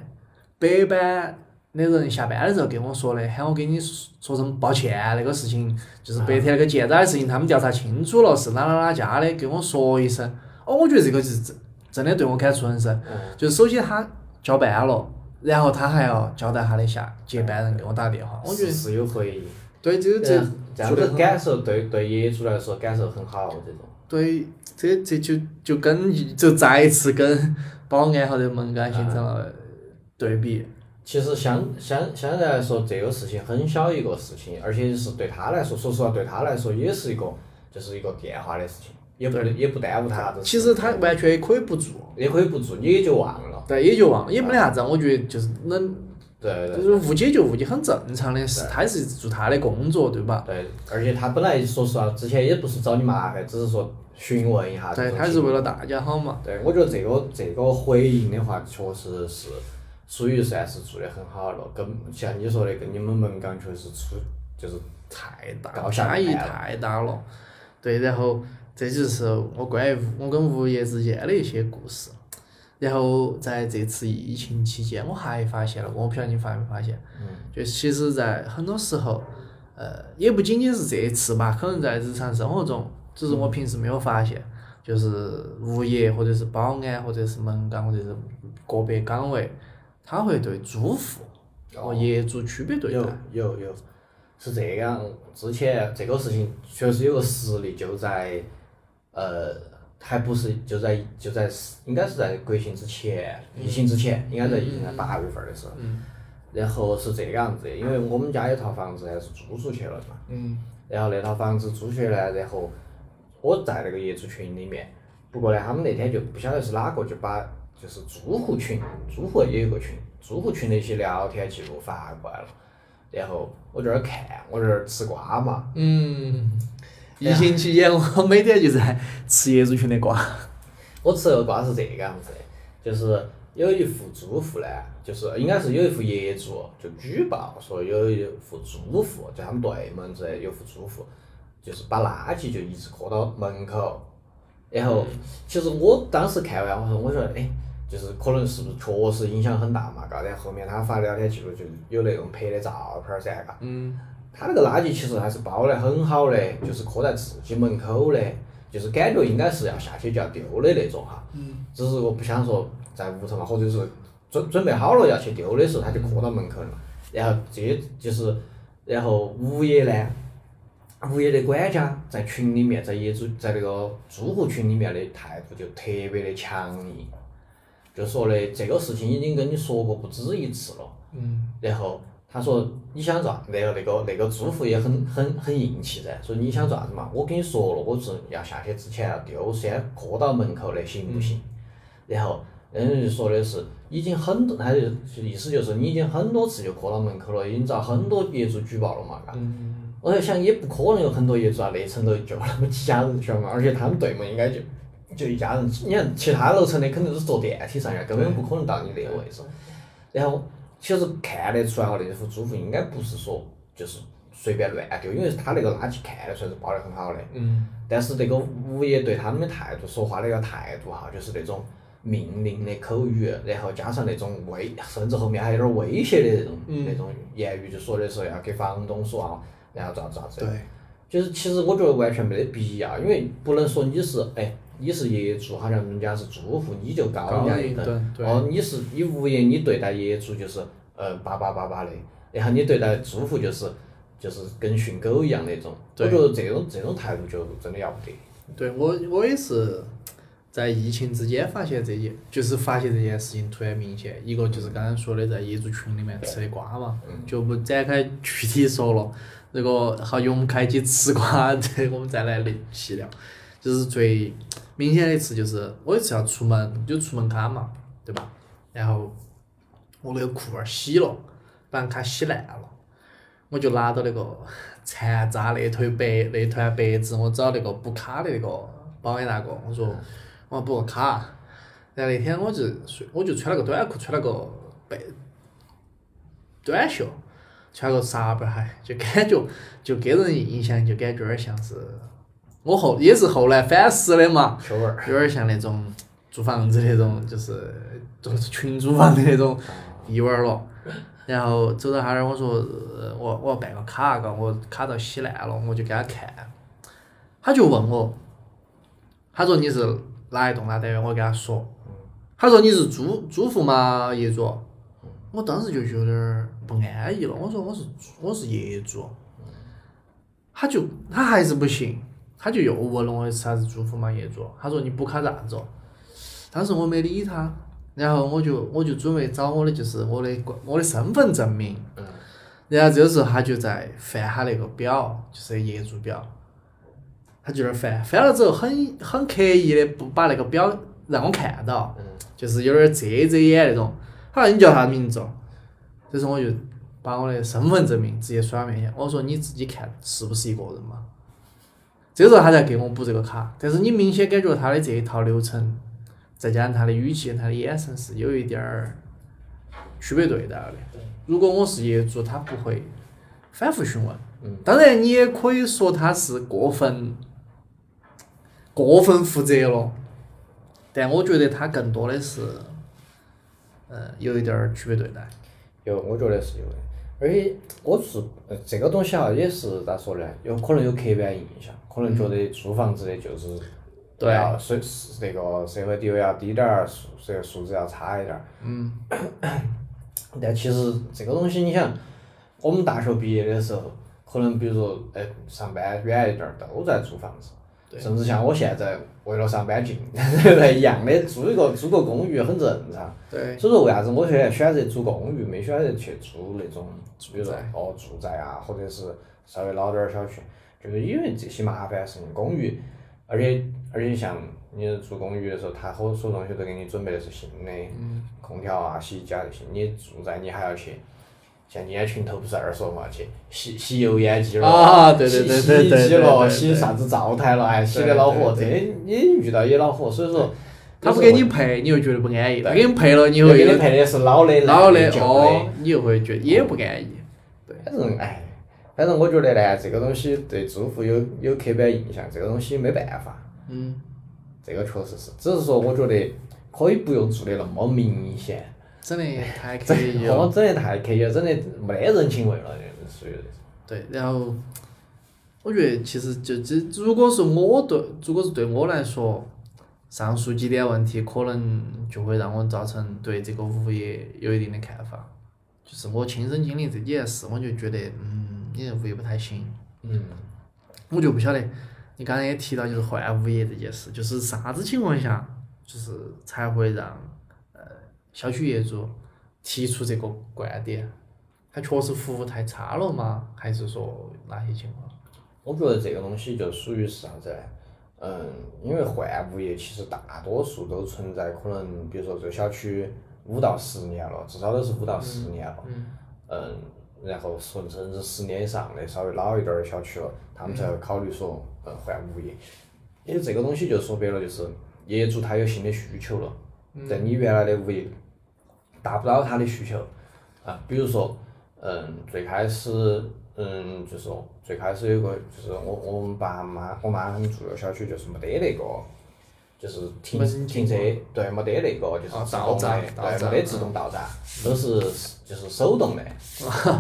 A: 白班的人下班的时候跟我说的，喊我给你说说声抱歉，那个事情就是白天那个建渣的事情，他们调查清楚了，是哪哪哪家的，给我说一声。”哦，我觉得这个是真真的对我感触很深，就是首先他交班了，然后他还要交代他的下接班人给我打电话，我觉得
B: 是有啊回应，
A: 对这个
B: 这
A: 这
B: 这样
A: 做得
B: 子
A: 很好
B: 感受对对业主来说感受很好，这种。
A: 对，这这就就跟就再一次跟保安或者门岗形成了对比。
B: 其实相相相对来说，这个事情很小一个事情，而且是对他来说，说实话，对他来说也是一个就是一个电话的事情，也不也不耽误他啥子事。
A: 其实他完全也可以不做，
B: 也可以不做，你也就忘了。了。
A: 对，也就忘了，也没得啥子啊。我觉得就是能，
B: 对
A: 就
B: 对
A: 是无解就无解，很正常的事。他是做他的工作，对吧？
B: 对，而且他本来说实话，之前也不是找你麻烦，只是说询问一下这
A: 对，
B: 种情况。
A: 他是为了大家好嘛。
B: 对，我觉得这个这个回应的话，确实是属于算是做得很好了，跟像你说的，跟你们门岗确实出就是
A: 太大
B: 搞
A: 了，
B: 下
A: 差
B: 来
A: 异
B: 了
A: 太大了。对，然后这就是我关于我跟物业之间的一些故事。然后在这次疫情期间，我还发现了，我不晓得你发没发现，
B: 嗯
A: 就其实，在很多时候，呃，也不仅仅是这一次吧，可能在日常生活中，只
B: 嗯
A: 是我平时没有发现，就是物业或者是保安或者是门岗或者是个别岗位，他会对租户和业主区别对
B: 哦有
A: 待。
B: 有有，是这样。之前这个事情确实有个实例，就在呃，还不是就在就在应该是在国庆之前，疫情之前，应该在疫情在八月份的时候。然后是这个样子的，因为我们家有套房子还是租出去了的嘛。
A: 嗯。
B: 然后那套房子租出去呢，然后我在那个业主群里面，不过呢，他们那天就不晓得是哪个就把就是租户群，租户也有个群，租户群的一些聊天记录发过来了，然后我在那儿看，我在那儿吃瓜嘛，
A: 嗯，疫情期间我 <laughs> 每天就在吃业主群的瓜。
B: 我吃的瓜是这个样子的，就是有一户租户呢，就是应该是有一户业主就举报说有一户租户，就他们对门子有户租户，就是把垃圾就一直搁到门口，然后其实我当时看完，我说我说哎。就是可能是不是确实影响很大嘛，嘎，然后后面他发聊天记录就有那种拍的照片儿噻，嘎，
A: 嗯，
B: 他那个垃圾其实还是包得很好的，就是搁在自己门口的，就是感觉应该是要下去就要丢的那种哈。嗯。只是我不想说在屋头嘛，或者是准准备好了要去丢的时候，他就搁到门口了嘛。然后这就是，然后物业呢，物业的管家在群里面，在业主在那个租户群里面的态度就特别的强硬，就说的这个事情已经跟你说过不止一次了。
A: 嗯
B: 然后他说你想咋？然后那个那个租户也很很很硬气噻，说你想咋子嘛？我跟你说了，我是要下去之前要丢，先搁到门口的，行不行？然后人家就说的是已经很多，他就意思就是你已经很多次就搁到门口了，已经遭很多业主举报了嘛，嘎。
A: 嗯
B: 我在想，也不可能有 <laughs> 很多业主啊，那层楼就那么几家人晓得嘛，而且他们对门应该就就一家人，你看其他楼层的肯定都是坐电梯上去，根本不可能到你那个位置。然后其实看得出来哈，那户租户应该不是说就是随便乱丢，因为他那个垃圾看得出来是包得很好的。
A: 嗯。
B: 但是那个物业对他们的态度，说话那个态度哈，就是那种命令的口语，然后加上那种威，甚至后面还有点威胁的那种、那种言语，就说的是要给房东说啊，然后咋子咋子。
A: 对。
B: 就是其实我觉得完全没得必要，因为哎不能说你是哎你是业主，好像人家是租户，你就高人家一
A: 高人
B: 等
A: 一等。对
B: 哦，你是你物业，你对待业主就是呃巴巴巴巴的，然后你对待租户就是就是跟训狗一样那种。我
A: 对
B: 觉得这种这种态度就真的要不得。
A: 对我我也是在疫情之间发现这件，就是发现这件事情突然明显。一个就是刚刚说的在业主群里面吃的瓜嘛，就不展开具体说了。那个好，我们开启吃瓜， <laughs> 这个我们再来细聊。就是最明显的一次，就是我有一次要出门，就出门卡嘛，对吧？然后我那个裤儿洗了，把人卡洗烂了。我就拿到那个 <laughs> 残渣那团白那团白纸，我找那个补卡的那个保安大哥，我说我补个卡。然后那天我就睡，我就穿了个短裤，穿了个背短袖，穿了个纱板儿，还就感觉 <laughs> 就给人印象就感觉有点像是我后也是后来反思的嘛，
B: 秋儿，
A: 有点像那种租房子那种，就是就是群租房的那种地味儿了。然后走到他那儿，我说呃我我要办个卡，嘎，我卡遭洗烂了，我就给他看，他就问我，他说你是哪一栋哪单元？我给他说，他说你是租租户吗？业主？我当时就有点儿不安逸了，我说我是我是业主，他就他还是不行，他就又问了我一次啥子租户嘛业主，他说你补卡啥子哦？当时我没理他，然后我就我就准备找我的就是我的我的身份证明，
B: 嗯
A: 然后这个时候他就在翻他那个表，就是业主表，他就在那儿翻，翻了之后很很刻意的不把那个表让我看到，就是有点遮遮掩那种。他说你叫啥名字哦？这时候我就把我的身份证明直接甩他面前，我说你自己看是不是一个人嘛。这时候他才给我补这个卡，但是你明显感觉他的这一套流程，再加上他的语气、他的眼神是有一点儿区别对待的。如果我是业主，他不会反复询问。当然，你也可以说他是过分过分负责了，但我觉得他更多的是，呃，有一点儿区别对待。
B: 有，我觉得是有的。而且我是呃这个东西哈，也是咋说呢？有可能有刻板印象，可能觉
A: 嗯
B: 得租房子的就是
A: 对
B: 要社是那个社会地位要低点儿，素这个素质要差一点儿。
A: 嗯。
B: <coughs> 但其实这个东西，你想，我们大学毕业的时候，可能比如说哎上班远一点儿都在租房子。
A: 对
B: 甚至像我现在为了上 <laughs> 班近，一样的租一个租个公寓很正常。
A: 对，
B: 所以说为啥子我现在选择租公寓，没选择去租那种，比如说
A: 住宅
B: 哦住宅啊，或者是稍微老点儿小区，就是因为这些麻烦的事情。公寓，而且而且像你住公寓的时候，他所所有东西都给你准备的是新的，
A: 嗯
B: 空调啊、洗衣机啊这些，你住在你还要去。像今天群头不是二说嘛，去洗洗油烟机了，
A: 啊对对对
B: 洗
A: 对
B: 洗衣
A: 对
B: 机
A: 对
B: 了，
A: 对
B: 洗
A: 对
B: 啥子灶台了，哎，洗得恼火，这也遇到也恼火，所以说
A: 他不给你配，你又觉得不安逸；他给你配了，你
B: 又
A: 又
B: 给
A: 有
B: 你
A: 点
B: 配的是老的、
A: 老
B: 的、
A: 的
B: 旧的
A: 哦。，你又会觉得也不安逸。
B: 反正哎，反正我觉得呢，这个东西对租户有有刻板印象，这个东西没办法，
A: 嗯，
B: 这个确实是，只是说我觉得可以不用做的那么明显，
A: 真的太刻
B: 这
A: 意
B: 我
A: 了。
B: 真的太刻意了，真的没得人情味了，就是属于
A: 对，然后我觉得其实就这，如果是我对，如果是对我来说，上述几点问题可能就会让我造成对这个物业有一定的看法。就是我亲身经历这几件事，我就觉得，嗯，你这物业不太行。
B: 嗯，
A: 我就不晓得，你刚才也提到就是换物业这件事，就是啥子情况下，就是才会让呃小区业主提出这个观点？他确实服务太差了吗？还是说哪些情况？
B: 我觉得这个东西就属于是啥子呢？嗯，因为换物业其实大多数都存在可能，比如说这个小区五到十年了，至少都是五到十年了。
A: 嗯
B: 嗯，然后甚甚至十年以上的稍微老一点儿的小区了，他们才会考虑说，呃，换物业。因为这个东西就说白了，就是业主他有新的需求了，
A: 嗯
B: 在你原来的物业达不到他的需求啊，比如说，嗯，最开始，嗯，就是说最开始有个，就是我我们爸妈我妈他们住的小区就是没得那个。就是停
A: 没人经
B: 停车
A: 过，
B: 对，没得那个就是
A: 啊
B: 自动
A: 道闸
B: 的，
A: 道
B: 对，
A: 闸
B: 没得自动道闸，
A: 嗯
B: 都是就是手
A: <laughs>
B: 动的，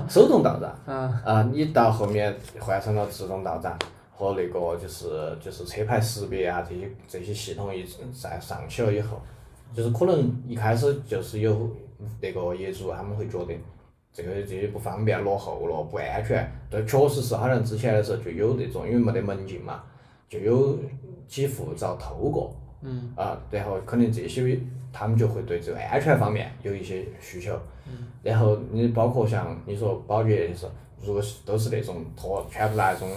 B: 手动道闸。
A: 啊
B: 啊，你到后面换成了自动到闸和那个就是就是车牌识别啊这些这些系统一再上去了以后，就是可能一开始就是有那个业主他们会觉得这个这些不方便、落后了、不安全，这确实是好像之前的时候就有这种，因为没得门禁嘛，就有几户遭偷过。
A: 嗯
B: 啊，然后可能这些他们就会对这个安全方面有一些需求。然后你包括像你说保洁就是，如果是都是那种拖，全部拿那种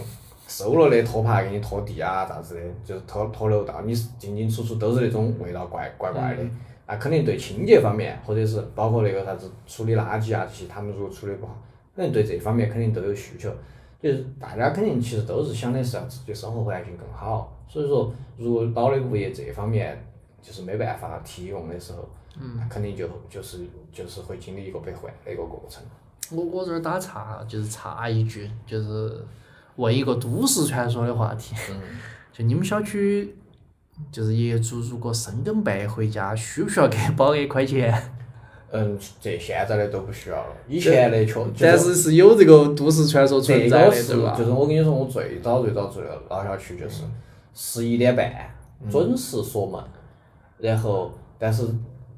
B: 收了的拖把给你拖地啊啥子的，就是拖拖楼道，你进进出出都是那种味道怪怪怪的。那肯定对清洁方面，或者是包括那个啥子处理垃圾啊这些，他们如果处理不好，肯定对这方面肯定都有需求。就是大家肯定其实都是想的是要自己生活环境更好，所以说如果老的物业这方面就是没办法提供的时候，嗯，肯定就就是就是会经历一个被换的一个过程。
A: 我我这儿打岔，就是插一句，就是问一个都市传说的话题。 <laughs> 就你们小区，就是业主如果深更半夜回家，需不需要给 <laughs> 保安一块钱？
B: 嗯，这现在的都不需要了，以前的确，就
A: 但是是有这个都市传说
B: 这
A: 存在
B: 个
A: 的，
B: 是
A: 对吧？
B: 就是我跟你说，我最早最早住的老小区就是十一点半准时锁门，然后但是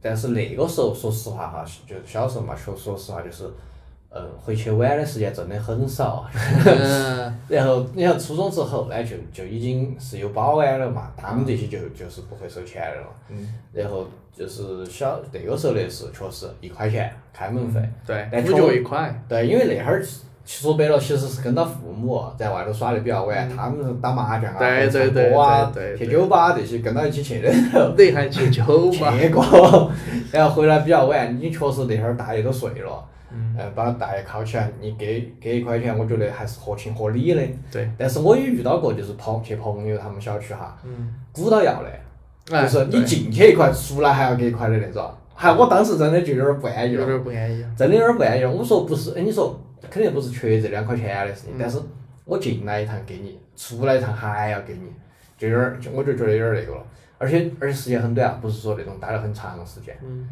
B: 但是那个时候说实话哈，就是小时候嘛，说说实话就是，嗯，回去晚的时间真的很少。啊
A: <laughs> 嗯，
B: 然后你像初中之后呢，就就已经是有保安了嘛，他们这些就就是不会收钱的了。嗯。然后就是小那个时候的是确实一块钱开门费。
A: 对
B: 但，
A: 五
B: 从
A: 角一块，
B: 对，因为那会儿说白了，其实是跟到父母在外头耍的比较晚，他们是打麻将啊、
A: 嗯对对
B: 唱
A: 对
B: 歌啊
A: 对、对
B: 去
A: 对
B: 酒吧这些
A: <laughs>
B: 跟到一起去的，
A: 那还去酒吧？
B: <laughs> 去过，然后哎回来比较晚，你确实那会儿大爷都睡了，
A: 嗯，
B: 呃，把大爷铐起来，你给给一块钱，我觉得还是合情合理的。
A: <laughs> 对，
B: 但是我也遇到过，就是朋去朋友他们小区哈，
A: 嗯，
B: 鼓捣要的，
A: 哎
B: 就是你
A: 对
B: 进去一块，出来还要给一块的那种。还我当时真的就有点不安逸
A: 有
B: 了，
A: 点不安逸。啊
B: 真的有点不安逸了。我说不是，哎，你说肯定不是缺这两块钱的事
A: 嗯
B: 情，但是我进来一趟给你，出来一趟还要给你，就有点儿，就我就觉得有点儿那个了。而且而且时间很短，不是说那种待了很长的时间。
A: 嗯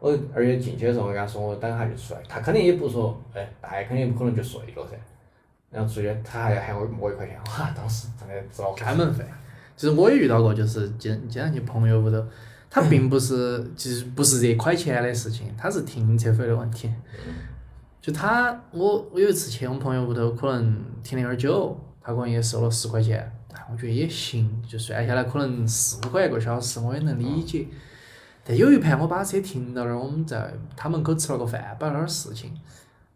B: 我而且进去的时候，我跟他说我等下就出来，他肯定也不说，哎，大爷肯定不可能就睡了噻。然后出去，他还要喊我摸一块钱，哇，当时真的知道
A: 看门费。其实我也遇到过，就是经经常去朋友屋头，他并不是其实不是这一块钱的事情，他是停车费的问题。就他，我我有一次去我们朋友屋头，可能停了有点久，他可能也收了十块钱，哎我觉得也行，就算下来可能四五块一个小时，我也能理解。但有一盘我把车停到那儿，我们在他门口吃了个饭，摆了点儿事情，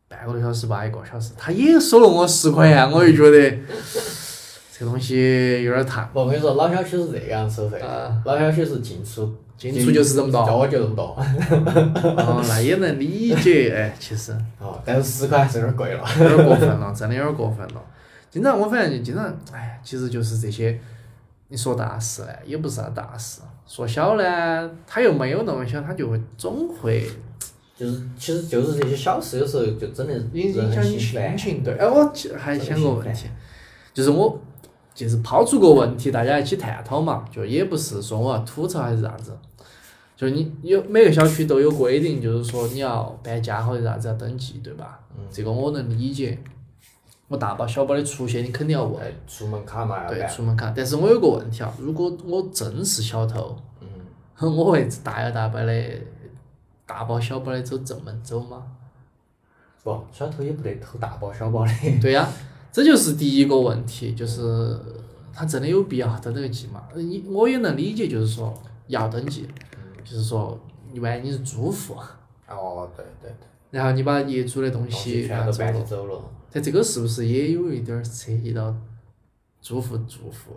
A: 半个多小时吧，一个小时，他也收了我十块钱，我就觉得这个东西有点儿烫。
B: 我跟你说，老小区是这个样收费
A: 啊，
B: 老小区是进出，
A: 进出就是这么多
B: 叫我就这么多。
A: 哦，那也能理解，哎，其实
B: 哦，但是十块还是有点贵了。
A: 有点过分了， <laughs> 真的有点过分了。经常我反正就经常，哎，其实就是这些。你说大事呢，也不是啥大事；说小呢，他又没有那么小，他就会总会
B: 就是，其实就是这些小事，有时候就真的
A: 影
B: 人
A: 影响
B: 很
A: 你
B: 心
A: 心
B: 烦。
A: 情。对，哎，我其实还想个问题，就是我就是抛出个问题，大家一起探讨嘛，就也不是说我要吐槽还是啥子，就你有每个小区都有规定，就是说你要搬家或者啥子要登记，对吧？
B: 嗯
A: 这个我能理解。我大包小包的出现，你肯定要问
B: 哎，，出门卡嘛要
A: 对，
B: 办。
A: 出门卡。但是我有个问题啊，如果我真是小偷，
B: 嗯，
A: 我会大摇大摆的、大包小包的走正门走吗？
B: 不，小偷也不得偷大包小包的。 <laughs>
A: 对呀、这就是第一个问题，就是他真的有必要登这个记嘛？你我也能理解，就是说要登记，就是说你万一你是租户，啊
B: 哦，对对对，
A: 然后你把业主的东
B: 东西
A: 西
B: 全
A: 拿
B: 都
A: 走
B: 搬起
A: 了，
B: 走了。
A: 但这个是不是也有一点儿涉及到租户住户、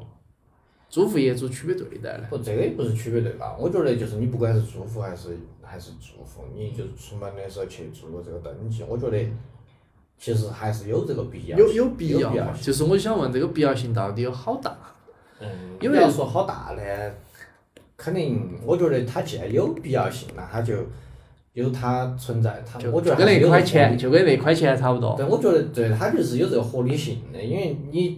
A: 租户业主区别对待呢？
B: 不，这个也不是区别对吧？我觉得就是你不管是租户还是还是住户，你就是出门的时候去做个这个登记，我觉得其实还是有这个必要性。
A: 有有必要
B: 有
A: 嘛？
B: 性
A: 就是我想问这个必要性到底有好大？
B: 嗯，
A: 因
B: 因
A: 为
B: 为要说好大呢，肯定我觉得它既然有必要性，那它就有它存在，它
A: 就
B: 我觉
A: 就
B: 得
A: 跟
B: 还
A: 那
B: 是
A: 一
B: 有
A: 块
B: 这个合
A: 钱，
B: 理
A: 就跟那一块钱差不多。
B: 对，我觉得对它就是有这个合理性的，因为你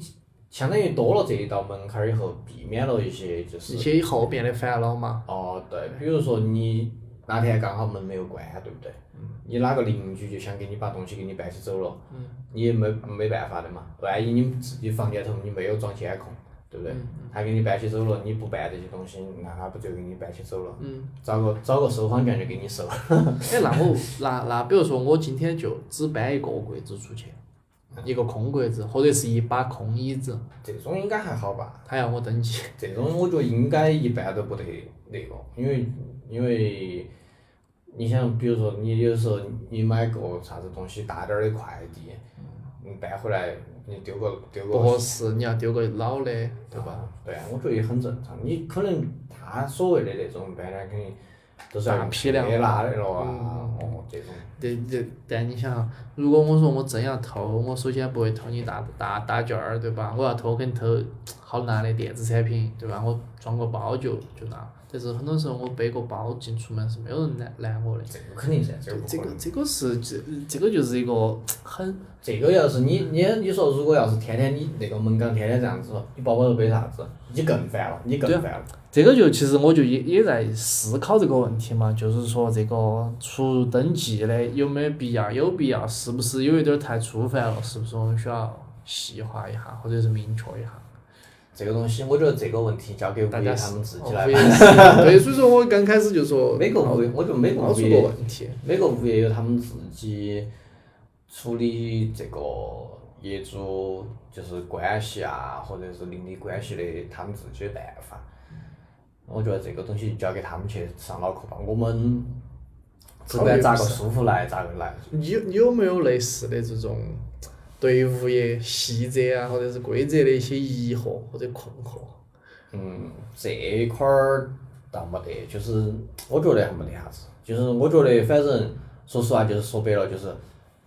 B: 相当于多了这一道门槛儿以后，避免了一些就是
A: 一些后面的烦恼嘛，
B: 哦，对，比如说你那天刚好门没有关，对不对？你哪个邻居就想给你把东西给你搬起走了，你也没没办法的嘛。万一你们自己房间头你没有装监控，对不对？他给你搬起走了，你不办这些东西，那他不就给你搬起走了？
A: 嗯，
B: 找个找个收房匠就给你收了。
A: 哎，那我那那，比如说我今天就只搬一个柜子出去，一个空柜子或者是一把空椅子，
B: 这种应该还好吧？
A: 他要我登记。
B: 这种我觉得应该一般都不得那个，因为因为你想，比如说你有时候你买个啥子东西大点儿的快递，你搬回来你丢个丢个
A: 嗯不合适，你要丢个老的，对
B: 对
A: 吧？
B: 吧？对啊，我觉得也很正常。你可能他所谓的那种搬家，肯定都是要
A: 大批量嗯
B: 车拉的了啊，哦这种。
A: 对对，但你想，如果我说我真要偷，我首先不会偷你大大大件儿，对吧？我要偷，肯定偷好拿的电子产品，对吧？我装个包就就拿。但是很多时候我背个包进出门是没有人拦拦我的。
B: 这个肯定噻，这个不
A: 这
B: 可
A: 个
B: 能。
A: 这个是这这个就是一个很
B: 这个要是你你你说，如果要是天天你那个门岗天天这样子，你包包头背啥子，你更烦了，你更
A: 对啊
B: 烦了。
A: 这个就其实我就也也在思考这个问题嘛，就是说这个出入登记的有没有必要？有必要，是不是有一点儿太粗繁了？是不是我们需要细化一下，或者是明确一下？
B: 这个东西，我觉得这个问题交给物
A: 大
B: 业
A: 家
B: 他
A: 是
B: 们自己
A: 哦
B: 来
A: 物业
B: 办。
A: 是对， <laughs> 所以说我刚开始就说
B: 每个物业，我觉得每个
A: 抛
B: 物
A: 出个
B: 业，
A: 问题，
B: 每个物业有他们自己处理这个业主就是关系啊，或者是邻里关系的他们自己的办法。我觉得这个东西交给他们去上脑壳吧，我们只管咋个舒服来咋个来。
A: 你有你有没有类似的这种对物业细则啊，或者是规则的一些疑惑或者困惑。
B: 嗯，这一块儿倒没得，就是我觉得还没得啥子，就是我觉得反正说实话，就是说白了就是，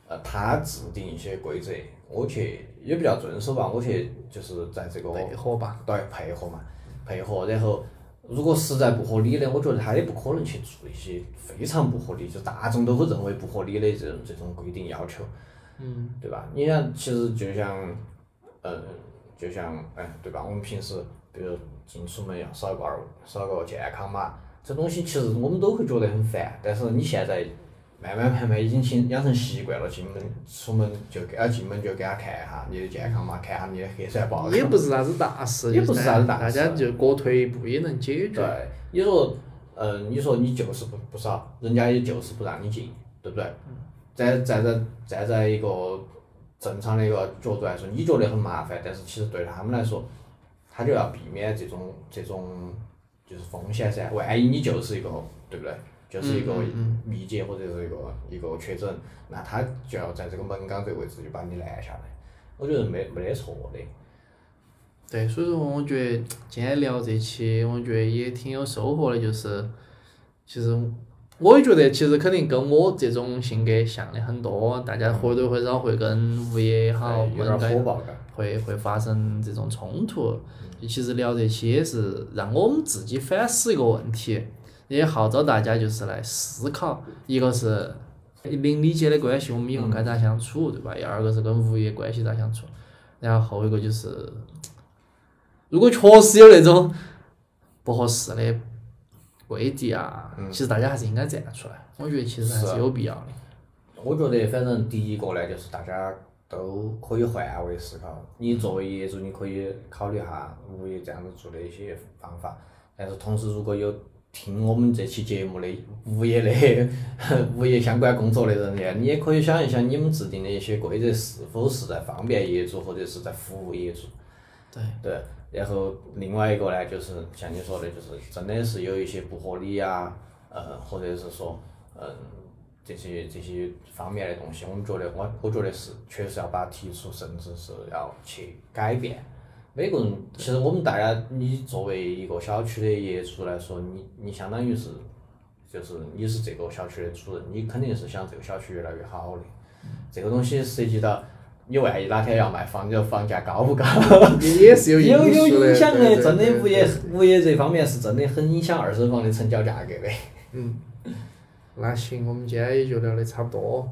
B: 呃，他制定一些规则，我去也比较遵守吧，我去就是在这个
A: 配合吧，
B: 对配合嘛，配合，然后。如果实在不合理的，我觉得他也不可能去做一些非常不合理，就大众都会认为不合理的这种这种规定要求。
A: 嗯，
B: 对吧？你像，其实就像，嗯，就像，哎，对吧？我们平时，比如进出门要扫个二，扫个健康码，这东西其实我们都会觉得很烦。但是你现在慢慢慢慢已经形养成习惯了，进门出门就给啊，进门就给他看一下你的健康码，看下你的核酸报告。
A: 也不是啥子大事，
B: 也不是啥子大
A: 大家
B: 事
A: 就各退一步也能解决。
B: 对，你说，嗯，你说你就是不不扫，人家也就是不让你进，对不对？
A: 嗯
B: 站站在站在一个正常的一个角度来说，你觉得很麻烦，但是其实对他们来说，他就要避免这种这种就是风险噻。万一你就是一个，对不对？就是一个
A: 嗯嗯
B: 密接或者是一个一个确诊，那他就要在这个门岗这个位置就把你拦下来。我觉得没没得错的。
A: 对，所以说我觉得今天聊这期，我觉得也挺有收获的，就是其实我也觉得，其实肯定跟我这种性格像的很多，大家或多或少会跟物业也好，
B: 对有
A: 门
B: 点
A: 岗
B: 火爆感。
A: 会会发生这种冲突。其实聊这些也是让我们自己反思一个问题，也号召大家就是来思考，一个是邻里间的关系，我们以后该咋相处，对吧？二个是跟物业关系咋相处，然后一个就是，如果确实有那种不合适的规定啊，其实大家还是应该站出来，我觉得其实还
B: 是
A: 是有必要的。
B: 我觉得反正第一个呢，就是大家都可以换位思考。你作为业主，你可以考虑下物业这样子做的一些方法。但是同时，如果有听我们这期节目的物业的 <laughs> 物业相关工作的人员，你也可以想一想，你们制定的一些规则是否是在方便业主，或者是在服务业主。
A: 对
B: 对，然后另外一个呢，就是像你说的，就是真的是有一些不合理啊，呃，或者是说，嗯、这些这些方面的东西，我们觉得我我觉得是确实要把它提出，甚至是要去改变。每个人，其实我们大家，你作为一个小区的业主来说，你你相当于是，就是你是这个小区的主人，你肯定是想这个小区越来越好的。这个东西涉及到你万一哪天要卖房，你的房价高不高？
A: 也也是有因
B: 有有
A: 素的
B: 影响
A: 对
B: 的，
A: 对
B: 真
A: 对
B: 的物
A: 对
B: 业物业这方面是真的很影响二手房的成交价格的。
A: 那行，我们今天也就聊得差不多，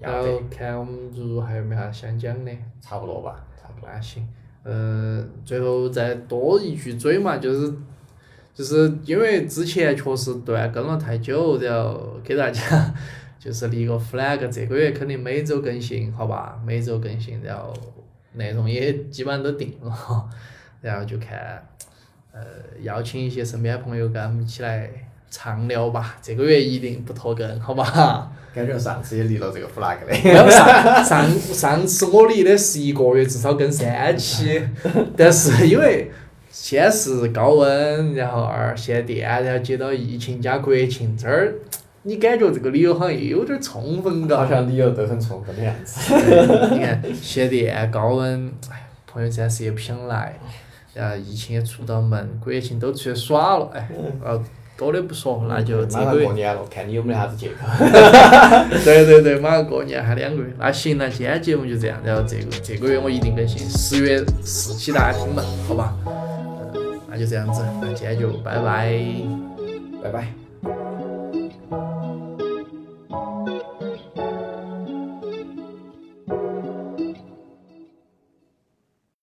A: 然
B: 嗯要得
A: 后看我们如果还有没啥想讲的。
B: 差不多吧，差不多。
A: 那行，呃，最后再多一句嘴嘛，就是就是因为之前确实断更了太久，然后给大家 <laughs> 就是立个 flag，这个月肯定每周更新，好吧？每周更新，然后内容也基本上都定了， <laughs> 然后就看呃邀请一些身边朋友跟他们一起来畅聊吧。这个月一定不拖更，好吧？
B: 感觉上次也立了这个 flag
A: <laughs>
B: <laughs> 的。
A: 要不上上上次我立的是一个月至少更三期，但是因为先是高温，然后二限电，然后接到疫情加国庆，这儿你感觉这个理由好像也有点儿充分嘎
B: 好。像理由都很充分的样子。 <laughs>
A: 对 <laughs> 你看限电、高温，哎，朋友之间是也不想来，然后疫情也出不到门，国庆都出去耍了，哎，呃，多的不说，那就这
B: 马上
A: 个月
B: 嗯过年了，看你有没得啥子借口。
A: <laughs> 对对对，马上过年还两个月，那行，那今天节目就这样，然后这个这个月我一定更新，十月四期大家听吧，好吧？嗯，那就这样子，那今天就拜拜。
B: 拜拜。